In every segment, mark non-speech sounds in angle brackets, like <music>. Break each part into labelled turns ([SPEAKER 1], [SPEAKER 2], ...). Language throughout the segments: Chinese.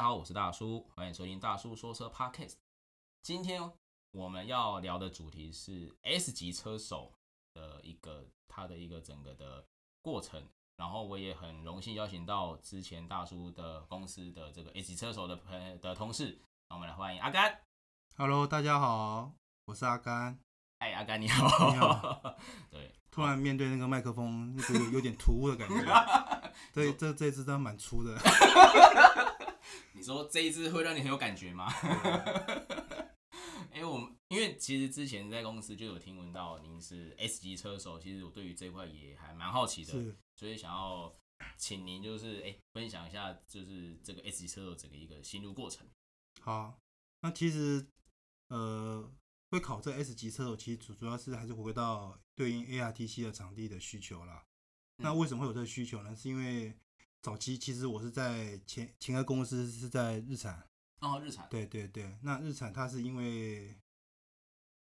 [SPEAKER 1] 好，我是哎大叔，欢迎收听大叔说车 Podcast。今天我们要聊的主题是 S 级车手的一个他的一个整个的过程。然后我也很荣幸邀请到之前大叔的公司的这个 S 级车手的朋友的同事，那我们来欢迎阿甘。
[SPEAKER 2] Hello，大家好，我是阿甘。
[SPEAKER 1] 哎，阿甘你好。
[SPEAKER 2] 你好
[SPEAKER 1] 对，
[SPEAKER 2] 突然面对那个麦克风，那个有有点突兀的感觉。对，这这支真的蛮粗的。
[SPEAKER 1] <laughs> 你说这一支会让你很有感觉吗？因为我们因为其实之前在公司就有听闻到您是 S 级车手，其实我对于这一块也还蛮好奇的，
[SPEAKER 2] 是，
[SPEAKER 1] 所以想要请您就是哎、分享一下，就是这个 S 级车手整个一个心路过程。
[SPEAKER 2] 好。那其实，呃，会考这 S 级车手，其实主主要是还是回归到对应 ARTC 的场地的需求啦。那为什么会有这个需求呢？是因为早期其实我是在前前个公司是在日产，
[SPEAKER 1] 哦，日产，
[SPEAKER 2] 对对对，那日产它是因为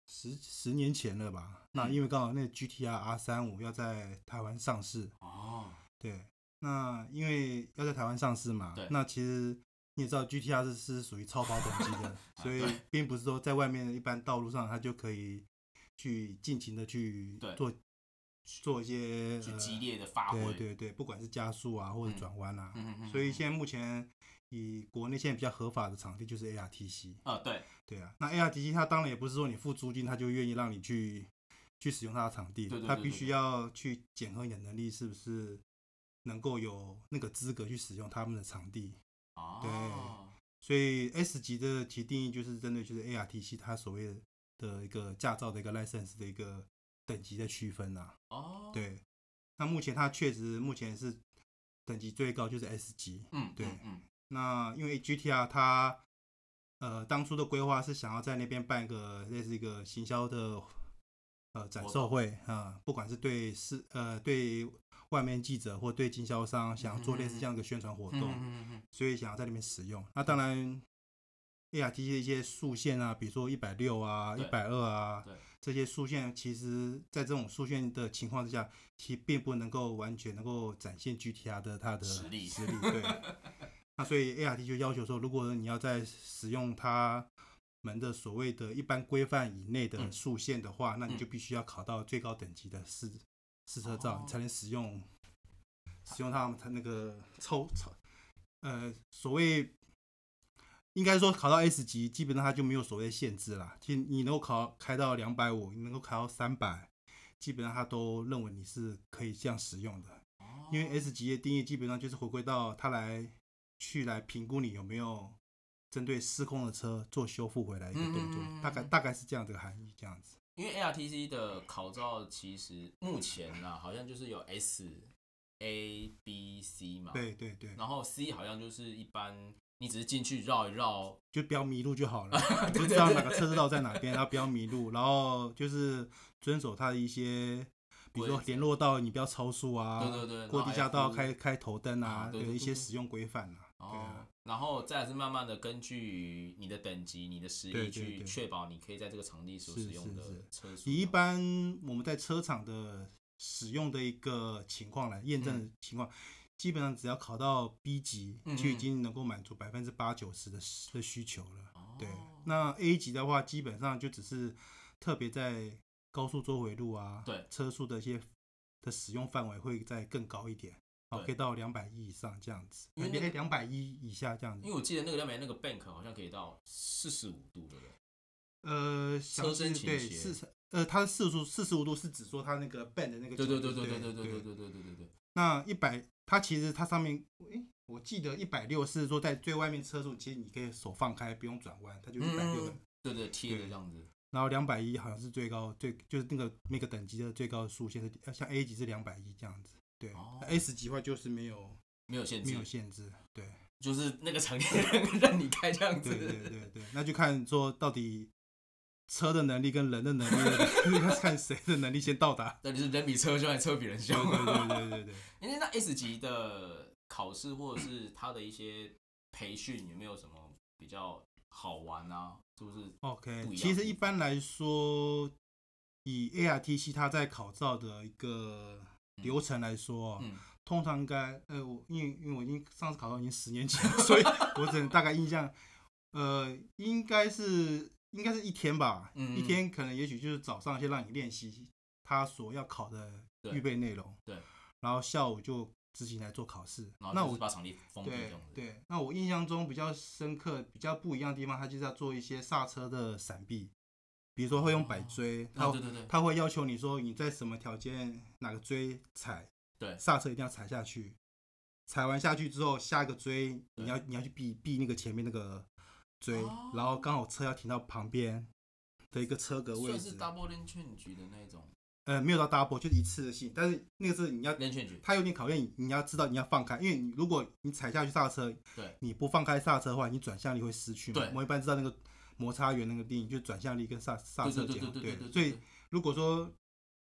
[SPEAKER 2] 十十年前了吧？那
[SPEAKER 1] 嗯
[SPEAKER 2] 因为刚好那 GTR R 三五要在台湾上市，
[SPEAKER 1] 哦，
[SPEAKER 2] 对，那因为要在台湾上市嘛
[SPEAKER 1] 对，，
[SPEAKER 2] 那其实你也知道 GTR 是是属于超跑等级的
[SPEAKER 1] <laughs>
[SPEAKER 2] 所以
[SPEAKER 1] 啊对
[SPEAKER 2] 并不是说在外面的一般道路上它就可以去尽情的去
[SPEAKER 1] 对
[SPEAKER 2] 做做一些
[SPEAKER 1] 去
[SPEAKER 2] 呃
[SPEAKER 1] 激烈的发挥，
[SPEAKER 2] 对对对，不管是加速啊或者
[SPEAKER 1] 嗯
[SPEAKER 2] 转弯啊，
[SPEAKER 1] 嗯，嗯嗯
[SPEAKER 2] 所以现在目前以国内现在比较合法的场地就是 ARTC。
[SPEAKER 1] 呃，对，
[SPEAKER 2] 对啊，那 ARTC 它当然也不是说你付租金，它就愿意让你去去使用它的场地，
[SPEAKER 1] 对对
[SPEAKER 2] 它
[SPEAKER 1] 对
[SPEAKER 2] 必
[SPEAKER 1] 对
[SPEAKER 2] 须
[SPEAKER 1] 对
[SPEAKER 2] 要去检核你的能力是不是能够有那个资格去使用他们的场地。
[SPEAKER 1] 哦，
[SPEAKER 2] 所以 S 级的其定义就是针对就是 ARTC 它所谓的一个驾照的一个 license 的一个等级的区分啊。
[SPEAKER 1] 哦，，
[SPEAKER 2] 对，那目前它确实目前是等级最高就是 S 级，
[SPEAKER 1] 嗯，
[SPEAKER 2] 对
[SPEAKER 1] 嗯嗯，
[SPEAKER 2] 那因为 GTR 它呃当初的规划是想要在那边办一个类似一个行销的呃展售会啊、不管是对是呃对外面记者或对经销商想要做类似这样一个宣传活
[SPEAKER 1] 活
[SPEAKER 2] 动，所以想要在那边使用。那当然。ART 的一些速线啊，比如说一百六啊、一
[SPEAKER 1] 对
[SPEAKER 2] 百二啊
[SPEAKER 1] 对，
[SPEAKER 2] 这些速线，其实在这种速线的情况之下，其实并不能够完全能够展现 GTR 的它的
[SPEAKER 1] 实力
[SPEAKER 2] 实力
[SPEAKER 1] <laughs>
[SPEAKER 2] 对。那所以 ART 就要求说，如果你要在使用它们的所谓的一般规范以内的
[SPEAKER 1] 嗯
[SPEAKER 2] 速限的话，那你
[SPEAKER 1] 嗯
[SPEAKER 2] 就必须要考到最高等级的试试车照，
[SPEAKER 1] 哦
[SPEAKER 2] 你才能使用使用它们它那个抽抽呃所谓。应该说考到 S 级，基本上它就没有所谓的限制啦。其实你能够考开到两百五，你能够开到三百，基本上它都认为你是可以这样使用的。因
[SPEAKER 1] 哦
[SPEAKER 2] 为 S 级的定义基本上就是回归到它来去来评估你有没有针对失控的车做修复回来一个动作，
[SPEAKER 1] 嗯
[SPEAKER 2] 大概大概是这样的含义，这样子。
[SPEAKER 1] 因为 ARTC 的考照其实目前呢，好像就是有 S、A、B、C 嘛，，
[SPEAKER 2] 对对对，
[SPEAKER 1] 然后 C 好像就是一般你只是进去绕一绕，
[SPEAKER 2] 就不要迷路就好了，你
[SPEAKER 1] <laughs> 对
[SPEAKER 2] 就
[SPEAKER 1] 对
[SPEAKER 2] 知道
[SPEAKER 1] 对
[SPEAKER 2] 哪个车道在哪边，然后不要迷路，然后就是遵守它的一些。比如
[SPEAKER 1] 规
[SPEAKER 2] 说
[SPEAKER 1] 则
[SPEAKER 2] 联络道你不要超速啊，
[SPEAKER 1] 对对对
[SPEAKER 2] 过地下
[SPEAKER 1] 然后
[SPEAKER 2] 道
[SPEAKER 1] 还有
[SPEAKER 2] 开开头灯
[SPEAKER 1] 啊
[SPEAKER 2] 啊，
[SPEAKER 1] 对
[SPEAKER 2] 有
[SPEAKER 1] 对对
[SPEAKER 2] 一些
[SPEAKER 1] 对
[SPEAKER 2] 使用规范啊，对
[SPEAKER 1] 哦
[SPEAKER 2] 啊，，
[SPEAKER 1] 然后再来是慢慢的根据你的等级、你的实力
[SPEAKER 2] 对对
[SPEAKER 1] 去
[SPEAKER 2] 对
[SPEAKER 1] 确保你可以在这个场地所
[SPEAKER 2] 是
[SPEAKER 1] 使用
[SPEAKER 2] 是
[SPEAKER 1] 的
[SPEAKER 2] 是
[SPEAKER 1] 车速。
[SPEAKER 2] 以一般我们在车厂的使用的一个情况来验证的情况，基本上只要考到 B 级，
[SPEAKER 1] 嗯
[SPEAKER 2] 就已
[SPEAKER 1] 嗯
[SPEAKER 2] 经能够满足百分之八九十的需的需求了。
[SPEAKER 1] 哦
[SPEAKER 2] 对，那 A 级的话，基本上就只是特别在高速周回路啊，
[SPEAKER 1] 对
[SPEAKER 2] 车速的一些的使用范围会再更高一点，哦，
[SPEAKER 1] 对
[SPEAKER 2] 可以到两百一以上这样子，哎
[SPEAKER 1] 因为那个
[SPEAKER 2] 两百一以下这样
[SPEAKER 1] 因为
[SPEAKER 2] 子。
[SPEAKER 1] 我记得那个两百那个 bank 好像可以到四十五度，对不对？
[SPEAKER 2] 呃，详
[SPEAKER 1] 车身
[SPEAKER 2] 细
[SPEAKER 1] 倾
[SPEAKER 2] 对
[SPEAKER 1] 斜
[SPEAKER 2] 四十呃，它的四十四十五度是指说它那个 bend 的那个
[SPEAKER 1] 对
[SPEAKER 2] 角度，
[SPEAKER 1] 对对对对
[SPEAKER 2] 不
[SPEAKER 1] 对对对对对对对对。
[SPEAKER 2] 那一百，它其实它上面，诶、我记得一百六是说在最外面车速，其实你可以手放开，不用转弯，它就一百六
[SPEAKER 1] 嗯，对对贴的
[SPEAKER 2] 对
[SPEAKER 1] 这样子，
[SPEAKER 2] 然后两百一好像是最高最就是那个那个等级的最高速限是，呃像 A 级是两百一这样子，对、
[SPEAKER 1] 哦
[SPEAKER 2] 那 S 级的话就是没有
[SPEAKER 1] 没有限
[SPEAKER 2] 没
[SPEAKER 1] 制
[SPEAKER 2] 有，限制，对
[SPEAKER 1] 就是那个场地让你开这样子。
[SPEAKER 2] 对对对对，那就看说到底车的能力跟人的能力， <laughs> 要看谁的能力先到达，
[SPEAKER 1] 那就是人比车凶，还是车比人凶
[SPEAKER 2] 对。对对对对对。
[SPEAKER 1] 因为那 S 级的考试或者是他的一些培训，有没有什么比较好玩啊？是不是？
[SPEAKER 2] OK，
[SPEAKER 1] 不一样
[SPEAKER 2] 其
[SPEAKER 1] 的
[SPEAKER 2] 实
[SPEAKER 1] 地
[SPEAKER 2] 一般来说，以 ARTC 它在考照的一个流程来说，
[SPEAKER 1] 嗯，
[SPEAKER 2] 通常应该，呃，我因为因为我已经上次考到已经十年前了，所以我只能大概印象， <laughs> 呃，应该是应该是一天吧，
[SPEAKER 1] 嗯
[SPEAKER 2] 一天可能也许就是早上先让你练习他所要考的
[SPEAKER 1] 对
[SPEAKER 2] 预备内容，
[SPEAKER 1] 对，
[SPEAKER 2] 然后下午就自己来做考试。
[SPEAKER 1] 然后
[SPEAKER 2] 那
[SPEAKER 1] 就是
[SPEAKER 2] 我
[SPEAKER 1] 把场地封闭这
[SPEAKER 2] 对
[SPEAKER 1] 样子，啊
[SPEAKER 2] 对，那我印象中比较深刻、比较不一样的地方，他就是要做一些刹车的闪避，比如说会用摆
[SPEAKER 1] 哦
[SPEAKER 2] 锥，他
[SPEAKER 1] 啊对对对，
[SPEAKER 2] 他会要求你说你在什么条件哪个锥踩，
[SPEAKER 1] 对
[SPEAKER 2] 刹车一定要踩下去，踩完下去之后，下一个锥
[SPEAKER 1] 对
[SPEAKER 2] 你要你要去避避那个前面那个锥，
[SPEAKER 1] 哦
[SPEAKER 2] 然后刚好车要停到旁边的一个车格位
[SPEAKER 1] 算是
[SPEAKER 2] 置，
[SPEAKER 1] double lane change 的那种
[SPEAKER 2] 呃，没有到 double 就是一次性，但是那个是你要
[SPEAKER 1] lane change，
[SPEAKER 2] 它有点考验你，你要知道你要放开，因为你如果你踩下去刹车，
[SPEAKER 1] 对，
[SPEAKER 2] 你不放开刹车的话，你转向力会失去嘛。
[SPEAKER 1] 对
[SPEAKER 2] 我们一般知道那个摩擦源那个定义，就转向力跟刹刹
[SPEAKER 1] 对
[SPEAKER 2] 车
[SPEAKER 1] 对对
[SPEAKER 2] 减少。
[SPEAKER 1] 对对对对，
[SPEAKER 2] 所以
[SPEAKER 1] 对啊
[SPEAKER 2] 如果说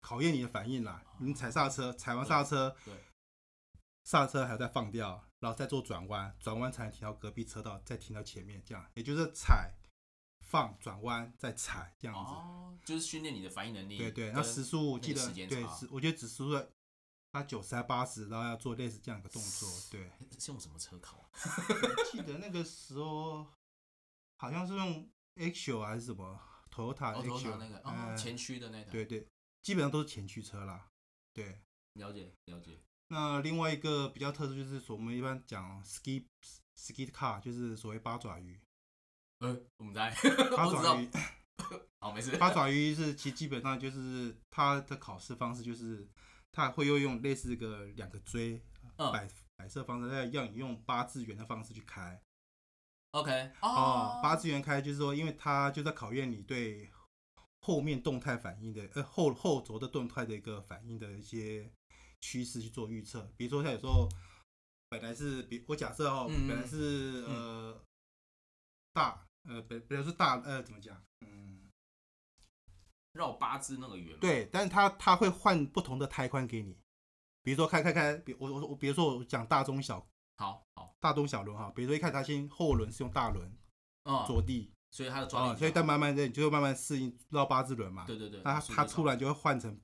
[SPEAKER 2] 考验你的反应啦，你踩刹车，踩完刹车，
[SPEAKER 1] 对对
[SPEAKER 2] 刹车还要再放掉，然后再做转弯，转弯才能停到隔壁车道，再停到前面，这样，也就是踩、放、转弯、再踩这样子。
[SPEAKER 1] 哦，就是训练你的反应能力，
[SPEAKER 2] 对对，那时速我
[SPEAKER 1] 那
[SPEAKER 2] 记
[SPEAKER 1] 个
[SPEAKER 2] 得
[SPEAKER 1] 时间
[SPEAKER 2] 对
[SPEAKER 1] 差
[SPEAKER 2] 时，我觉得只时速在他九十还八十，然后要做类似这样一个动作。对，
[SPEAKER 1] 是用什么车考啊？
[SPEAKER 2] 我 <laughs> 记得那个时候好像是用 X 还是什么 Toyota
[SPEAKER 1] 哦，头
[SPEAKER 2] 啊 X，呃
[SPEAKER 1] 上那个哦，前驱的那台，
[SPEAKER 2] 嗯对对，基本上都是前驱车啦。对，
[SPEAKER 1] 了解了解，
[SPEAKER 2] 那另外一个比较特殊就是我们一般讲 ski ski car，就是所谓八爪 <laughs> 鱼。
[SPEAKER 1] 呃，我们在
[SPEAKER 2] 八
[SPEAKER 1] 我知道
[SPEAKER 2] 爪，鱼，
[SPEAKER 1] 好没事，
[SPEAKER 2] 八爪鱼是其实基本上就是它的考试方式就是它会又用类似一个两个锥
[SPEAKER 1] 嗯
[SPEAKER 2] 摆摆设方式，再要你用八字圆的方式去开
[SPEAKER 1] ，OK，
[SPEAKER 2] 哦
[SPEAKER 1] 哦，，
[SPEAKER 2] 八字圆开就是说，因为它就在考验你对后面动态反应的，呃，后后轴的动态的一个反应的一些趋势去做预测。比如说，像有时候本来是，比我假设哦，
[SPEAKER 1] 嗯
[SPEAKER 2] 本来是呃大，呃，本本来是大，呃，怎么讲？嗯，
[SPEAKER 1] 绕八字那个圆，，
[SPEAKER 2] 对，但是它它会换不同的胎宽给你。比如说开开开，比我我我，比如说我讲大中小
[SPEAKER 1] 好好，
[SPEAKER 2] 大中小轮哈，比如说一开始它先后轮是用大轮
[SPEAKER 1] 嗯，
[SPEAKER 2] 着地
[SPEAKER 1] 所以它的抓力比
[SPEAKER 2] 啊，
[SPEAKER 1] 较好，
[SPEAKER 2] 所以但慢慢的你就会慢慢适应绕八字轮嘛，
[SPEAKER 1] 对对对，
[SPEAKER 2] 那它
[SPEAKER 1] 速度
[SPEAKER 2] 它
[SPEAKER 1] 上
[SPEAKER 2] 突然就会换成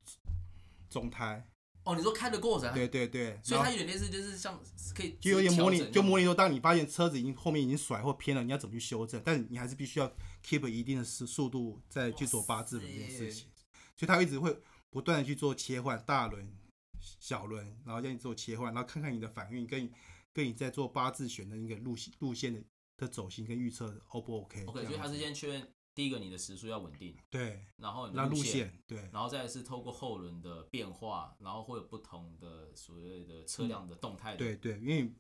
[SPEAKER 2] 中胎，
[SPEAKER 1] 哦，你说开的过程，，
[SPEAKER 2] 对对对，
[SPEAKER 1] 所以
[SPEAKER 2] 然
[SPEAKER 1] 它
[SPEAKER 2] 后
[SPEAKER 1] 有点类似，就是像可以
[SPEAKER 2] 就有点模拟，就模
[SPEAKER 1] 拟，
[SPEAKER 2] 拟说，当你发现车子已经后面已经甩或偏了，你要怎么去修正？但你还是必须要 keep 一定的速速度再去走八字轮这件事情，所以它一直会不断的去做切换大轮、小轮，然后让你做切换，然后看看你的反应跟你跟你在做八字选的那个路线路线的的走形跟预测 O 不 OK？
[SPEAKER 1] OK，
[SPEAKER 2] 这
[SPEAKER 1] 所以
[SPEAKER 2] 样
[SPEAKER 1] 它
[SPEAKER 2] 子
[SPEAKER 1] 是先确认第一个你的时速要稳定，
[SPEAKER 2] 对，
[SPEAKER 1] 然后你
[SPEAKER 2] 那
[SPEAKER 1] 的
[SPEAKER 2] 路
[SPEAKER 1] 线。
[SPEAKER 2] 线对
[SPEAKER 1] 然后再来是透过后轮的变化，然后会有不同的所谓的车辆的动态的、
[SPEAKER 2] 嗯对对，因为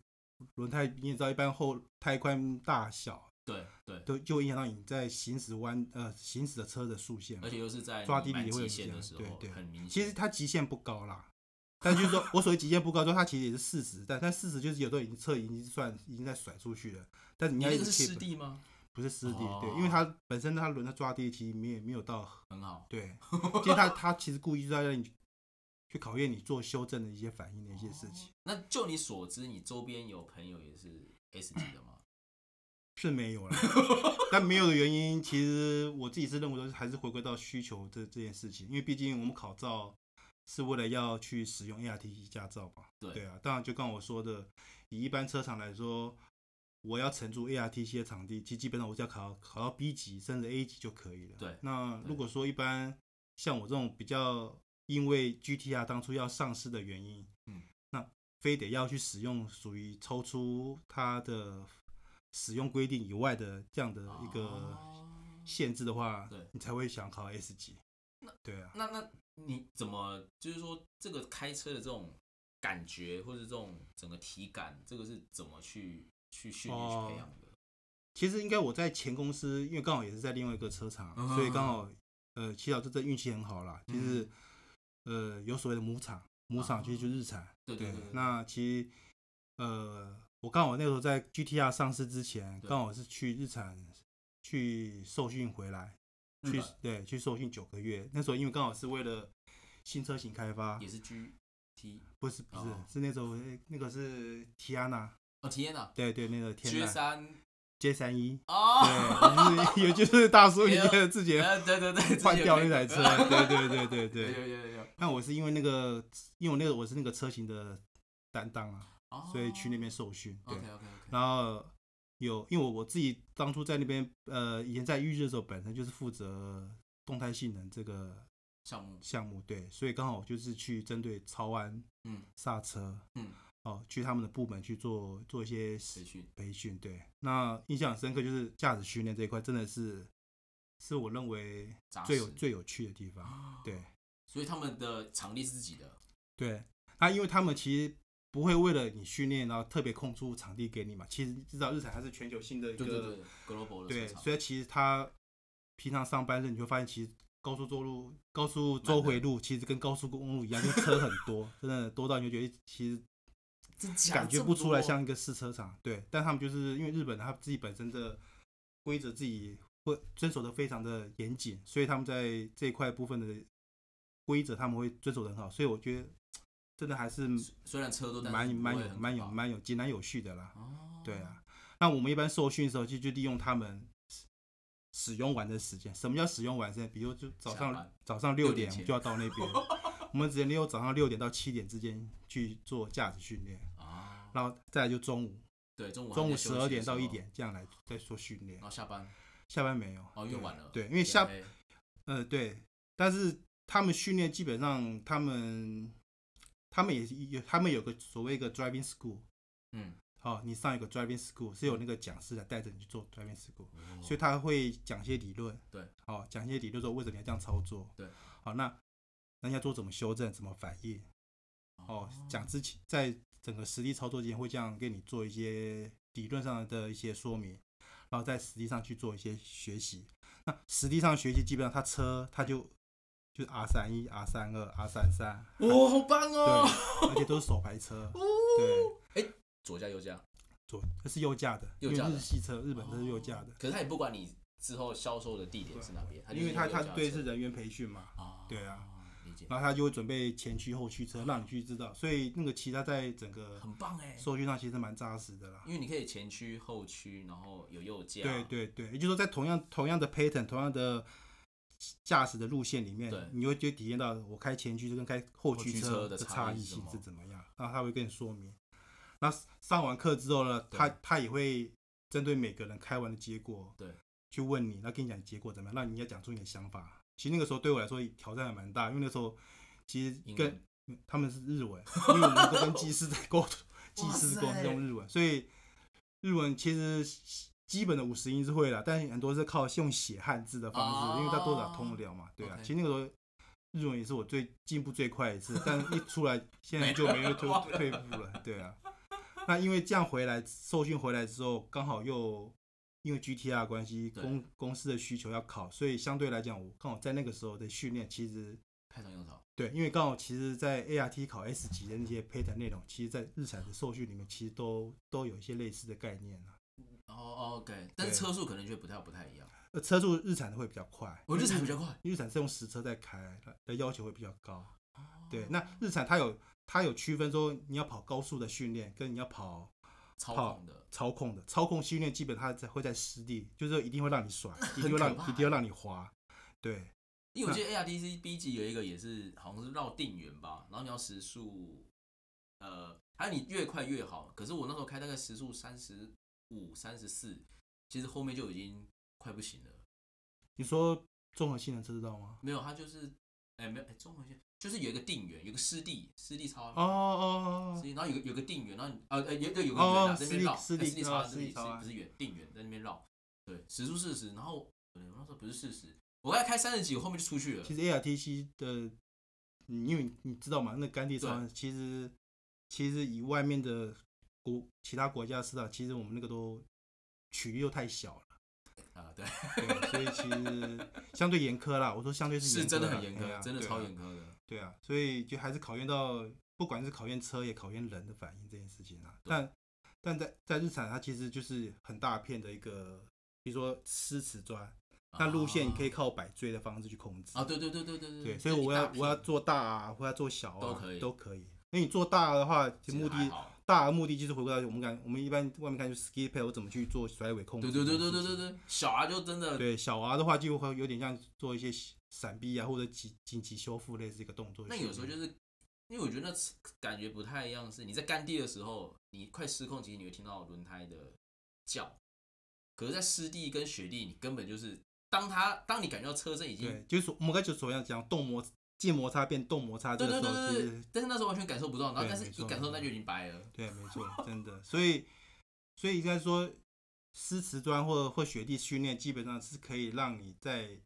[SPEAKER 2] 轮胎你也知道，一般后胎宽大小
[SPEAKER 1] 对对，
[SPEAKER 2] 都就会影响到你在行驶弯呃行驶的车的速限嘛
[SPEAKER 1] 而。且又是在
[SPEAKER 2] 抓
[SPEAKER 1] 你
[SPEAKER 2] 地力
[SPEAKER 1] 蛮
[SPEAKER 2] 也会有
[SPEAKER 1] 极限
[SPEAKER 2] 影
[SPEAKER 1] 的时
[SPEAKER 2] 响
[SPEAKER 1] 候，
[SPEAKER 2] 对对
[SPEAKER 1] 很明显。
[SPEAKER 2] 其实它极限不高啦，但就是说我所谓极限不高，说它其实也是四十，但但四十就是有时候已经车已经算已经在甩出去了，但是你
[SPEAKER 1] 你
[SPEAKER 2] 要
[SPEAKER 1] 那
[SPEAKER 2] 一
[SPEAKER 1] 个
[SPEAKER 2] 直
[SPEAKER 1] 是湿
[SPEAKER 2] keep
[SPEAKER 1] 地吗？
[SPEAKER 2] 不是湿地，对，
[SPEAKER 1] 哦
[SPEAKER 2] 因为它本身它轮胎抓地其实没有没有到
[SPEAKER 1] 很好， <laughs>
[SPEAKER 2] 对，其实它它其实故意就在让你去考验你做修正的一些反应的一些事情。
[SPEAKER 1] 那就你所知，你周边有朋友也是 S 级的吗？
[SPEAKER 2] 是
[SPEAKER 1] <laughs>
[SPEAKER 2] 没有了，但没有的原因，其实我自己是认为说还是回归到需求这这件事情，因为毕竟我们考照是为了要去使用 ARTC 驾照嘛。
[SPEAKER 1] 对
[SPEAKER 2] 啊，当然就刚我说的，以一般车厂来说，我要承租 ARTC 的场地，其实基本上我只要考考到 B 级甚至 A 级就可以了。
[SPEAKER 1] 对
[SPEAKER 2] 那
[SPEAKER 1] 对
[SPEAKER 2] 如果说一般像我这种比较因为 GTR 当初要上市的原因，
[SPEAKER 1] 嗯，
[SPEAKER 2] 那非得要去使用属于超出它的使用规定以外的这样的一个
[SPEAKER 1] 哦
[SPEAKER 2] 限制的话，
[SPEAKER 1] 对
[SPEAKER 2] 你才会想考 S 级。对啊，
[SPEAKER 1] 那那你怎么就是说这个开车的这种感觉，或者这种整个体感，这个是怎么去去训练、
[SPEAKER 2] 哦
[SPEAKER 1] 去培养的？
[SPEAKER 2] 其实应该我在前公司，因为刚好也是在另外一个车厂，
[SPEAKER 1] 嗯
[SPEAKER 2] 所以刚好呃，祈祷这阵运气很好啦，就是、呃有所谓的母厂，母厂其实就日产。
[SPEAKER 1] 嗯哦对对对对，
[SPEAKER 2] 那其实呃，我刚好那时候在 GTR 上市之前，
[SPEAKER 1] 对
[SPEAKER 2] 刚好是去日产去受训回来，
[SPEAKER 1] 日
[SPEAKER 2] 去
[SPEAKER 1] 本
[SPEAKER 2] 对去受训九个月。那时候因为刚好是为了新车型开发
[SPEAKER 1] 也，是 GT
[SPEAKER 2] 不是不是、
[SPEAKER 1] 哦
[SPEAKER 2] 是那时候诶那个是 Tiana，
[SPEAKER 1] 哦，体验啊
[SPEAKER 2] 对对，那个天
[SPEAKER 1] ，G
[SPEAKER 2] 籁
[SPEAKER 1] 三
[SPEAKER 2] J 三
[SPEAKER 1] <laughs>
[SPEAKER 2] 一，
[SPEAKER 1] 哦，
[SPEAKER 2] 对，也就是也就是大叔你
[SPEAKER 1] 也有
[SPEAKER 2] 觉得自己
[SPEAKER 1] 呃对对对，
[SPEAKER 2] <laughs>
[SPEAKER 1] 之前
[SPEAKER 2] 换
[SPEAKER 1] 有
[SPEAKER 2] 掉
[SPEAKER 1] 看
[SPEAKER 2] 那
[SPEAKER 1] 过
[SPEAKER 2] 台车，
[SPEAKER 1] <laughs>
[SPEAKER 2] 对对对对
[SPEAKER 1] 有
[SPEAKER 2] 对。
[SPEAKER 1] <laughs> 有有有有，
[SPEAKER 2] 那我是因为那个，因为我那个我是那个车型的担当啊，
[SPEAKER 1] 哦
[SPEAKER 2] 所以去那边受训。对
[SPEAKER 1] OK，OK OK，
[SPEAKER 2] 然后有，因为我我自己当初在那边，呃，以前在预热的时候，本身就是负责动态性能这个
[SPEAKER 1] 项目，
[SPEAKER 2] 项目，对，所以刚好我就是去针对超安、
[SPEAKER 1] 嗯
[SPEAKER 2] 刹车，
[SPEAKER 1] 嗯，
[SPEAKER 2] 哦，去他们的部门去做做一些
[SPEAKER 1] 培训，
[SPEAKER 2] 培训。对，那印象很深刻就是驾驶训练这一块，真的是是我认为
[SPEAKER 1] 扎
[SPEAKER 2] 最有
[SPEAKER 1] 实
[SPEAKER 2] 最有趣的地
[SPEAKER 1] <gasps>
[SPEAKER 2] 方。
[SPEAKER 1] 啊
[SPEAKER 2] 对
[SPEAKER 1] 所以他们的场地是自己的，
[SPEAKER 2] 对，那、因为他们其实。不会为了你训练，然后特别空出场地给你嘛？其实知道日产它是全球性的一个
[SPEAKER 1] 对对对，global 的
[SPEAKER 2] 对，
[SPEAKER 1] 市场
[SPEAKER 2] 所以其实他平常上班的时候，你会发现其实高速周路、高速周回路其实跟高速公路一样，就车很多，真的多到你就觉得其实
[SPEAKER 1] 真假
[SPEAKER 2] 感觉
[SPEAKER 1] 这么
[SPEAKER 2] 不出来
[SPEAKER 1] 多
[SPEAKER 2] 像一个试车场。对，但他们就是因为日本他自己本身的规则自己会遵守的非常的严谨，所以他们在这一块部分的规则他们会遵守的很好，所以我觉得真的还是
[SPEAKER 1] 虽然车多，但
[SPEAKER 2] 蛮
[SPEAKER 1] 是
[SPEAKER 2] 有
[SPEAKER 1] 不
[SPEAKER 2] 蛮
[SPEAKER 1] 会
[SPEAKER 2] 有
[SPEAKER 1] 很
[SPEAKER 2] 蛮
[SPEAKER 1] 可
[SPEAKER 2] 有
[SPEAKER 1] 怕
[SPEAKER 2] 蛮有井然有序的啦。
[SPEAKER 1] 哦，
[SPEAKER 2] 对啊，那我们一般受训的时候，就就利用他们使使用完的时间。什么叫使用完时间？比如就早
[SPEAKER 1] 下
[SPEAKER 2] 上
[SPEAKER 1] 班
[SPEAKER 2] 早上
[SPEAKER 1] 六
[SPEAKER 2] 六
[SPEAKER 1] 点前
[SPEAKER 2] 点我们就要到那
[SPEAKER 1] <laughs>
[SPEAKER 2] 边，我们只能利用早上六点到七点之间去做驾驶训练，
[SPEAKER 1] 啊，
[SPEAKER 2] 然后再来就中午，
[SPEAKER 1] 对，中午
[SPEAKER 2] 中
[SPEAKER 1] 还
[SPEAKER 2] 午
[SPEAKER 1] 在休
[SPEAKER 2] 十二
[SPEAKER 1] 息
[SPEAKER 2] 点
[SPEAKER 1] 的时
[SPEAKER 2] 到一
[SPEAKER 1] 候，
[SPEAKER 2] 点这样来再做训练
[SPEAKER 1] 然。后下班
[SPEAKER 2] 下班没有
[SPEAKER 1] 哦，因为
[SPEAKER 2] 对啊
[SPEAKER 1] 晚了，
[SPEAKER 2] 对，因为下
[SPEAKER 1] 也
[SPEAKER 2] 呃对，但是他们训练基本上他们他们也是有他们有个所谓一个 driving school。
[SPEAKER 1] 嗯，
[SPEAKER 2] 哦，你上一个 driving school 是有那个讲师来带着你去做 driving school，
[SPEAKER 1] 哦
[SPEAKER 2] 所以他会讲一些理论，
[SPEAKER 1] 对，
[SPEAKER 2] 好、讲一些理论说为什么要这样操作，
[SPEAKER 1] 对，
[SPEAKER 2] 好、那人家做怎么修正，怎么反应，哦，讲之前在整个实地操作之前会这样给你做一些理论上的一些说明，然后在实地上去做一些学习。那实地上学习基本上他车他就就是 R 三一、R 三二、R 三三，
[SPEAKER 1] 哇，好棒
[SPEAKER 2] 对，
[SPEAKER 1] 哦，
[SPEAKER 2] 而且都是手
[SPEAKER 1] <laughs>
[SPEAKER 2] 排车，
[SPEAKER 1] 哦，哎，左驾右驾，
[SPEAKER 2] 左这是右驾的，
[SPEAKER 1] 右
[SPEAKER 2] 因为
[SPEAKER 1] 驾的
[SPEAKER 2] 日系车日本都是右驾的。
[SPEAKER 1] 可是他也不管你之后销售的地点是哪边，
[SPEAKER 2] 因为他
[SPEAKER 1] 他就是
[SPEAKER 2] 他对
[SPEAKER 1] 右驾
[SPEAKER 2] 是人员培训嘛，
[SPEAKER 1] 车啊，
[SPEAKER 2] 对啊，
[SPEAKER 1] 理解，
[SPEAKER 2] 然后他就会准备前驱后驱车，让你去知道，所以那个其他在整个
[SPEAKER 1] 很棒哎，
[SPEAKER 2] 收据上其实蛮扎实的啦。
[SPEAKER 1] 因为你可以前驱后驱，然后有右驾，
[SPEAKER 2] 对对对，也就是说在同样同样的 pattern 同样的驾驶的路线里面
[SPEAKER 1] 对，
[SPEAKER 2] 你会就体验到我开前驱车跟开后
[SPEAKER 1] 后驱
[SPEAKER 2] 驱
[SPEAKER 1] 车的
[SPEAKER 2] 的
[SPEAKER 1] 差
[SPEAKER 2] 差
[SPEAKER 1] 异
[SPEAKER 2] 异
[SPEAKER 1] 是什
[SPEAKER 2] 性
[SPEAKER 1] 么
[SPEAKER 2] 是怎么样，然后他会跟你说明。那上完课之后呢，
[SPEAKER 1] 对
[SPEAKER 2] 他他也会针对每个人开完的结果，
[SPEAKER 1] 对，
[SPEAKER 2] 去问你，那跟你讲结果怎么样，那你要讲出你的想法。其实那个时候对我来说挑战还蛮大，因为那时候其实
[SPEAKER 1] 英
[SPEAKER 2] 跟
[SPEAKER 1] 文
[SPEAKER 2] 嗯他们是日文，因为我们都跟技师在沟通，技师沟
[SPEAKER 1] <laughs> 哇塞
[SPEAKER 2] 通用日文，所以日文其实基本的五十音是会了，但是很多是靠用写汉字的方
[SPEAKER 1] 哦
[SPEAKER 2] 式，因为它多少通不了嘛，对啊
[SPEAKER 1] OK。
[SPEAKER 2] 其实那个时候日文也是我最进步最快一
[SPEAKER 1] <laughs>
[SPEAKER 2] 次，但一出来现在就没有退退步了，对啊。那因为这样回来受训回来之后，刚好又因为 GTR 的关系，
[SPEAKER 1] 对
[SPEAKER 2] 公公司的需求要考，所以相对来讲，我刚好在那个时候的训练其实。
[SPEAKER 1] 派上用场，
[SPEAKER 2] 对，因为刚好其实，在 ART 考 S 级的那些 pattern 内容，其实，在日产的受训里面，其实都都有一些类似的概念啊。
[SPEAKER 1] 哦哦 OK，但是
[SPEAKER 2] 对
[SPEAKER 1] 车速可能就不太不太一样，
[SPEAKER 2] 呃，车速日产的会比较快，
[SPEAKER 1] 我日产比
[SPEAKER 2] 较，
[SPEAKER 1] 较快，
[SPEAKER 2] 因为日产是用实车在开，的要求会比较高。
[SPEAKER 1] 哦
[SPEAKER 2] 对，那日产它有它有区分说，你要跑高速的训练，跟你要跑
[SPEAKER 1] 操
[SPEAKER 2] 跑
[SPEAKER 1] 控的
[SPEAKER 2] 操控的。操控训练基本它在会在湿地，就是说一定会让你
[SPEAKER 1] <laughs>
[SPEAKER 2] 甩，一定
[SPEAKER 1] 很
[SPEAKER 2] 会
[SPEAKER 1] 可
[SPEAKER 2] 让
[SPEAKER 1] 怕
[SPEAKER 2] 一定要让你滑。对，
[SPEAKER 1] 因为我记得 ARDC B 级有一个也是好像是绕定圆吧，然后你要时速，呃，还有你越快越好。可是我那时候开大概时速三十五、三十四，其实后面就已经快不行了。
[SPEAKER 2] 你说综合性能车知道吗？
[SPEAKER 1] 没有，它就是，哎、没有，哎、中文线就是有一个定圆，有个湿地，湿地超
[SPEAKER 2] 哦哦
[SPEAKER 1] 湿
[SPEAKER 2] 哦
[SPEAKER 1] 地，然后有个有个定圆，然后你呃呃有对有个
[SPEAKER 2] 哦
[SPEAKER 1] 圆啊，
[SPEAKER 2] 哦
[SPEAKER 1] 在那
[SPEAKER 2] 湿
[SPEAKER 1] 边绕，哎湿
[SPEAKER 2] 地湿地
[SPEAKER 1] 地超
[SPEAKER 2] 哦
[SPEAKER 1] 湿
[SPEAKER 2] 湿
[SPEAKER 1] 地
[SPEAKER 2] 地
[SPEAKER 1] 是
[SPEAKER 2] 超啊
[SPEAKER 1] 不是圆定圆在那边绕，对，时速四十，然后呃我那时候不是四十，我刚才开三十几，我后面就出去了
[SPEAKER 2] 其，实 ARTC 的，嗯因为你你知道嘛，那干地超
[SPEAKER 1] 对
[SPEAKER 2] 其实其实以外面的国其他国家的市场，其实我们那个都曲率又太小了，
[SPEAKER 1] 啊、对，
[SPEAKER 2] 对，所以其实相对严苛啦。我说相对是
[SPEAKER 1] 是
[SPEAKER 2] 严苛
[SPEAKER 1] 真的
[SPEAKER 2] 啦
[SPEAKER 1] 很严
[SPEAKER 2] 对啊
[SPEAKER 1] 苛，真的
[SPEAKER 2] 对啊
[SPEAKER 1] 超严苛的。
[SPEAKER 2] 对啊，所以就还是考验到，不管是考验车，也考验人的反应这件事情啊。
[SPEAKER 1] 对
[SPEAKER 2] 但但在在日产，它其实就是很大片的一个，比如说湿瓷砖，那路线你可以靠摆锥的方式去控制
[SPEAKER 1] 啊，对对对对对
[SPEAKER 2] 对，所以我要我要做大啊，或要做小啊，
[SPEAKER 1] 都可以
[SPEAKER 2] 都可以。因为你做大的话，其实目的
[SPEAKER 1] 好，
[SPEAKER 2] 大的目的就是回归到我们感，我们一般外面看就是 ski pad，我怎么去做甩尾控制
[SPEAKER 1] 对
[SPEAKER 2] 这件
[SPEAKER 1] 对
[SPEAKER 2] 事
[SPEAKER 1] 对对
[SPEAKER 2] 情。
[SPEAKER 1] 对对对，小啊就真的，
[SPEAKER 2] 对小 R 的话，就会有点像做一些闪避啊，或者紧紧急修复类似一个动作的
[SPEAKER 1] 那
[SPEAKER 2] 训练。
[SPEAKER 1] 有时候就是因为我觉得那次感觉不太一样，是你在干地的时候，你快失控，其实你会听到轮胎的叫，可是，在湿地跟雪地，你根本就是当它当你感觉到车身已经
[SPEAKER 2] 对，就是所我们刚才就所要讲动摩静摩擦变动摩擦这
[SPEAKER 1] 对
[SPEAKER 2] 个
[SPEAKER 1] 对对
[SPEAKER 2] 时候，其
[SPEAKER 1] 对
[SPEAKER 2] 实
[SPEAKER 1] 对，但是那时候完全感受不到，然后
[SPEAKER 2] 对
[SPEAKER 1] 但是
[SPEAKER 2] 没
[SPEAKER 1] 一
[SPEAKER 2] 错
[SPEAKER 1] 感受到那就已经白了。
[SPEAKER 2] 对，没错，真的。所以，所以应该说，湿瓷砖或或雪地训练，基本上是可以让你在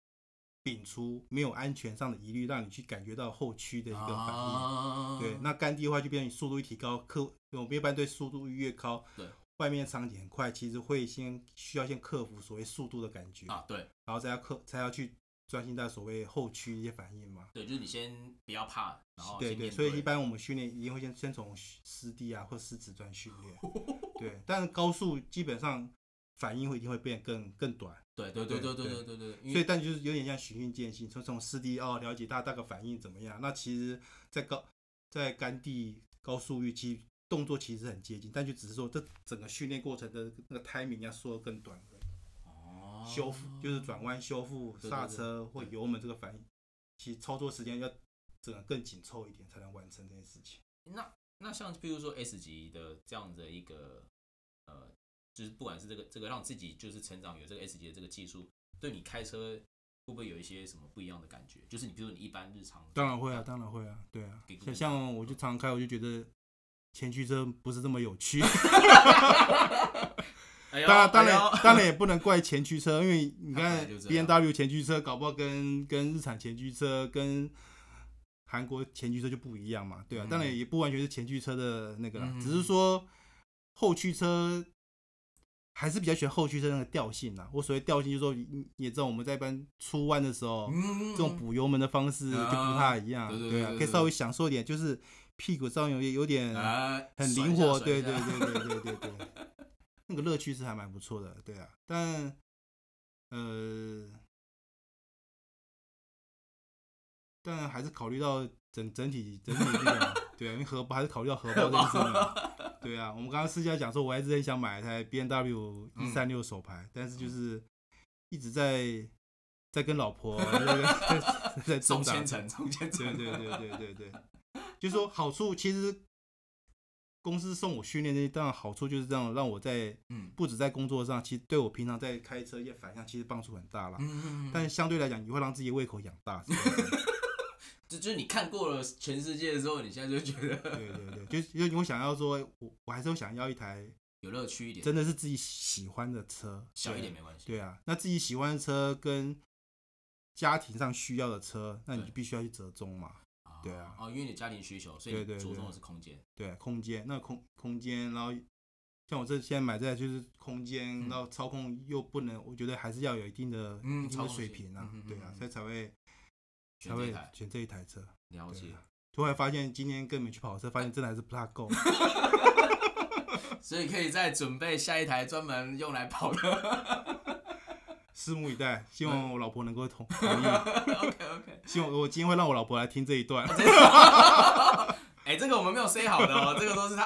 [SPEAKER 2] 摒除没有安全上的疑虑，让你去感觉到后驱的一个反应。
[SPEAKER 1] 啊
[SPEAKER 2] 对，那干地的话就变成你速度一提高，克我们一般对速度越高，
[SPEAKER 1] 对，
[SPEAKER 2] 外面场景很快，其实会先需要先克服所谓速度的感觉，
[SPEAKER 1] 啊，对
[SPEAKER 2] 然后再要克才要去专心在所谓后驱一些反应嘛。
[SPEAKER 1] 对，就是你先不要怕，然后
[SPEAKER 2] 对
[SPEAKER 1] 先
[SPEAKER 2] 对，
[SPEAKER 1] 面
[SPEAKER 2] 所以一般我们训练一定会先先从湿地啊或湿纸砖训
[SPEAKER 1] <laughs>
[SPEAKER 2] 练，对，但是高速基本上反应会一定会变更更短，
[SPEAKER 1] 对对对对
[SPEAKER 2] 对
[SPEAKER 1] 对对
[SPEAKER 2] 对
[SPEAKER 1] 对对，因为
[SPEAKER 2] 所以但就是有点像循序渐进，从从湿地哦了解大大概反应怎么样，那其实在高在干地高速域期动作其实很接近，但就只是说这整个训练过程的那个 timing 要缩得更短，
[SPEAKER 1] 哦
[SPEAKER 2] 修复就是转弯修复
[SPEAKER 1] 对对
[SPEAKER 2] 刹
[SPEAKER 1] 对
[SPEAKER 2] 车或
[SPEAKER 1] 对
[SPEAKER 2] 油门这个反应，其实操作时间要整个更紧凑一点才能完成这件事情。
[SPEAKER 1] 那那像比如说 S 级的这样的一个呃，就是不管是这个这个让自己就是成长有这个 S 级的这个技术，对你开车会不会有一些什么不一样的感觉？就是你比如说你一般日常
[SPEAKER 2] 当然会啊，当然会啊，对啊
[SPEAKER 1] 给。
[SPEAKER 2] 像像我就常开，我就觉得前驱车不是这么有趣。
[SPEAKER 1] <laughs> 哎呦
[SPEAKER 2] 当然，当
[SPEAKER 1] 哎
[SPEAKER 2] 然
[SPEAKER 1] 呦，
[SPEAKER 2] <laughs> 当然也不能怪前驱车，因为你
[SPEAKER 1] 它本来
[SPEAKER 2] 看
[SPEAKER 1] 就这
[SPEAKER 2] B N
[SPEAKER 1] 样
[SPEAKER 2] W 前驱车，搞不好跟跟日产前驱车、跟韩国前驱车就不一样嘛，对啊。
[SPEAKER 1] 嗯
[SPEAKER 2] 当然也不完全是前驱车的那个啦，
[SPEAKER 1] 嗯
[SPEAKER 2] 只是说后驱车还是比较喜欢后驱车那个调性啦。我所谓调性，就是说你你也知道我们在一般出弯的时候，
[SPEAKER 1] 嗯
[SPEAKER 2] 这种补油门的方式就不太一样，
[SPEAKER 1] 啊对对
[SPEAKER 2] 对啊
[SPEAKER 1] 对，对
[SPEAKER 2] 可以稍微享受一点，就是屁股上有有点
[SPEAKER 1] 啊
[SPEAKER 2] 很
[SPEAKER 1] 甩一
[SPEAKER 2] 灵
[SPEAKER 1] 下
[SPEAKER 2] 活，
[SPEAKER 1] 甩 <laughs>
[SPEAKER 2] 对
[SPEAKER 1] 一
[SPEAKER 2] 对
[SPEAKER 1] 下
[SPEAKER 2] 对对对对
[SPEAKER 1] <laughs>
[SPEAKER 2] 对，那个乐趣是还蛮不错的，对啊，但呃，但还是考虑到整整体整体这个嘛，对啊，因为荷包还是考虑到荷包这件事情嘛，对啊，我们刚刚私下讲说，我还是很想买一台 B N W 一三六手牌，但
[SPEAKER 1] 嗯
[SPEAKER 2] 是就是一直在在跟老
[SPEAKER 1] <laughs>
[SPEAKER 2] 婆在在在在
[SPEAKER 1] 宋
[SPEAKER 2] 中档
[SPEAKER 1] 千层，宋千层，
[SPEAKER 2] 对对对对对对，就是说好处其实公司送我训练这些，当然好处就是这样，让我在
[SPEAKER 1] 嗯
[SPEAKER 2] 不止在工作上，其实对我平常在开车一些反向其实帮助很大啦。
[SPEAKER 1] 嗯，
[SPEAKER 2] 但相对来讲，也会让自己胃口养大。是吧 <laughs>
[SPEAKER 1] 就就是你看过了全世界之后，你现在就觉得 <laughs>
[SPEAKER 2] 对对对，就是就是我想要说，我我还是会想要一台
[SPEAKER 1] 有乐趣一点，
[SPEAKER 2] 真的是自己喜欢的车，
[SPEAKER 1] 小一
[SPEAKER 2] 对
[SPEAKER 1] 点没关系。
[SPEAKER 2] 对啊，那自己喜欢的车跟家庭上需要的车，那你就
[SPEAKER 1] 对
[SPEAKER 2] 必须要去折中嘛。对啊
[SPEAKER 1] 哦，因为你家庭需求，所以
[SPEAKER 2] 对
[SPEAKER 1] 你
[SPEAKER 2] 对
[SPEAKER 1] 着
[SPEAKER 2] 对
[SPEAKER 1] 重的是空间。
[SPEAKER 2] 对，空间，那空空间，然后像我这现在买这台就是空间，
[SPEAKER 1] 嗯
[SPEAKER 2] 然后操控又不能，我觉得还是要有一定的、
[SPEAKER 1] 嗯
[SPEAKER 2] 一定
[SPEAKER 1] 操
[SPEAKER 2] 的
[SPEAKER 1] 控
[SPEAKER 2] 水
[SPEAKER 1] 性
[SPEAKER 2] 平啊，
[SPEAKER 1] 嗯嗯
[SPEAKER 2] 对啊
[SPEAKER 1] 嗯，嗯
[SPEAKER 2] 所以才会
[SPEAKER 1] 选
[SPEAKER 2] 才
[SPEAKER 1] 这一
[SPEAKER 2] 会
[SPEAKER 1] 台，
[SPEAKER 2] 选这一台车。
[SPEAKER 1] 了解
[SPEAKER 2] 对。啊，突然发现今天跟你们去跑车，发现真的还是不
[SPEAKER 1] <laughs>
[SPEAKER 2] 大够。
[SPEAKER 1] 所以可以再准备下一台专门用来跑的。 <laughs>
[SPEAKER 2] 拭目以待，希
[SPEAKER 1] 嗯
[SPEAKER 2] 望我老婆能够同同意。
[SPEAKER 1] OK OK，
[SPEAKER 2] 希望我今天会让我老婆来听这一
[SPEAKER 1] 啊
[SPEAKER 2] 段。
[SPEAKER 1] 哎、这个我们没有 say 好的哦，这个都是他。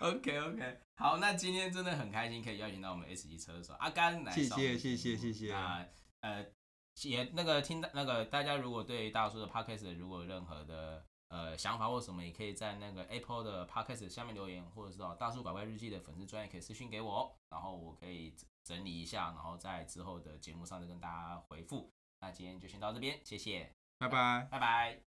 [SPEAKER 1] OK <laughs> OK，好，那今天真的很开心，可以邀请到我们 S 级车手阿甘来
[SPEAKER 2] 谢谢
[SPEAKER 1] 上我们的
[SPEAKER 2] 谢
[SPEAKER 1] 节
[SPEAKER 2] 谢
[SPEAKER 1] 目
[SPEAKER 2] 谢谢
[SPEAKER 1] 那呃，也那个听到那个大家如果对大叔的 podcast 如果有任何的呃想法或什么，也可以在那个 Apple 的 podcast 下面留言，或者是到大叔拐怪日记的粉丝专业可以私信给我，哦然后我可以整理一下，然后在之后的节目上再跟大家回复。那今天就先到这边，谢谢，
[SPEAKER 2] 拜拜。
[SPEAKER 1] 拜拜。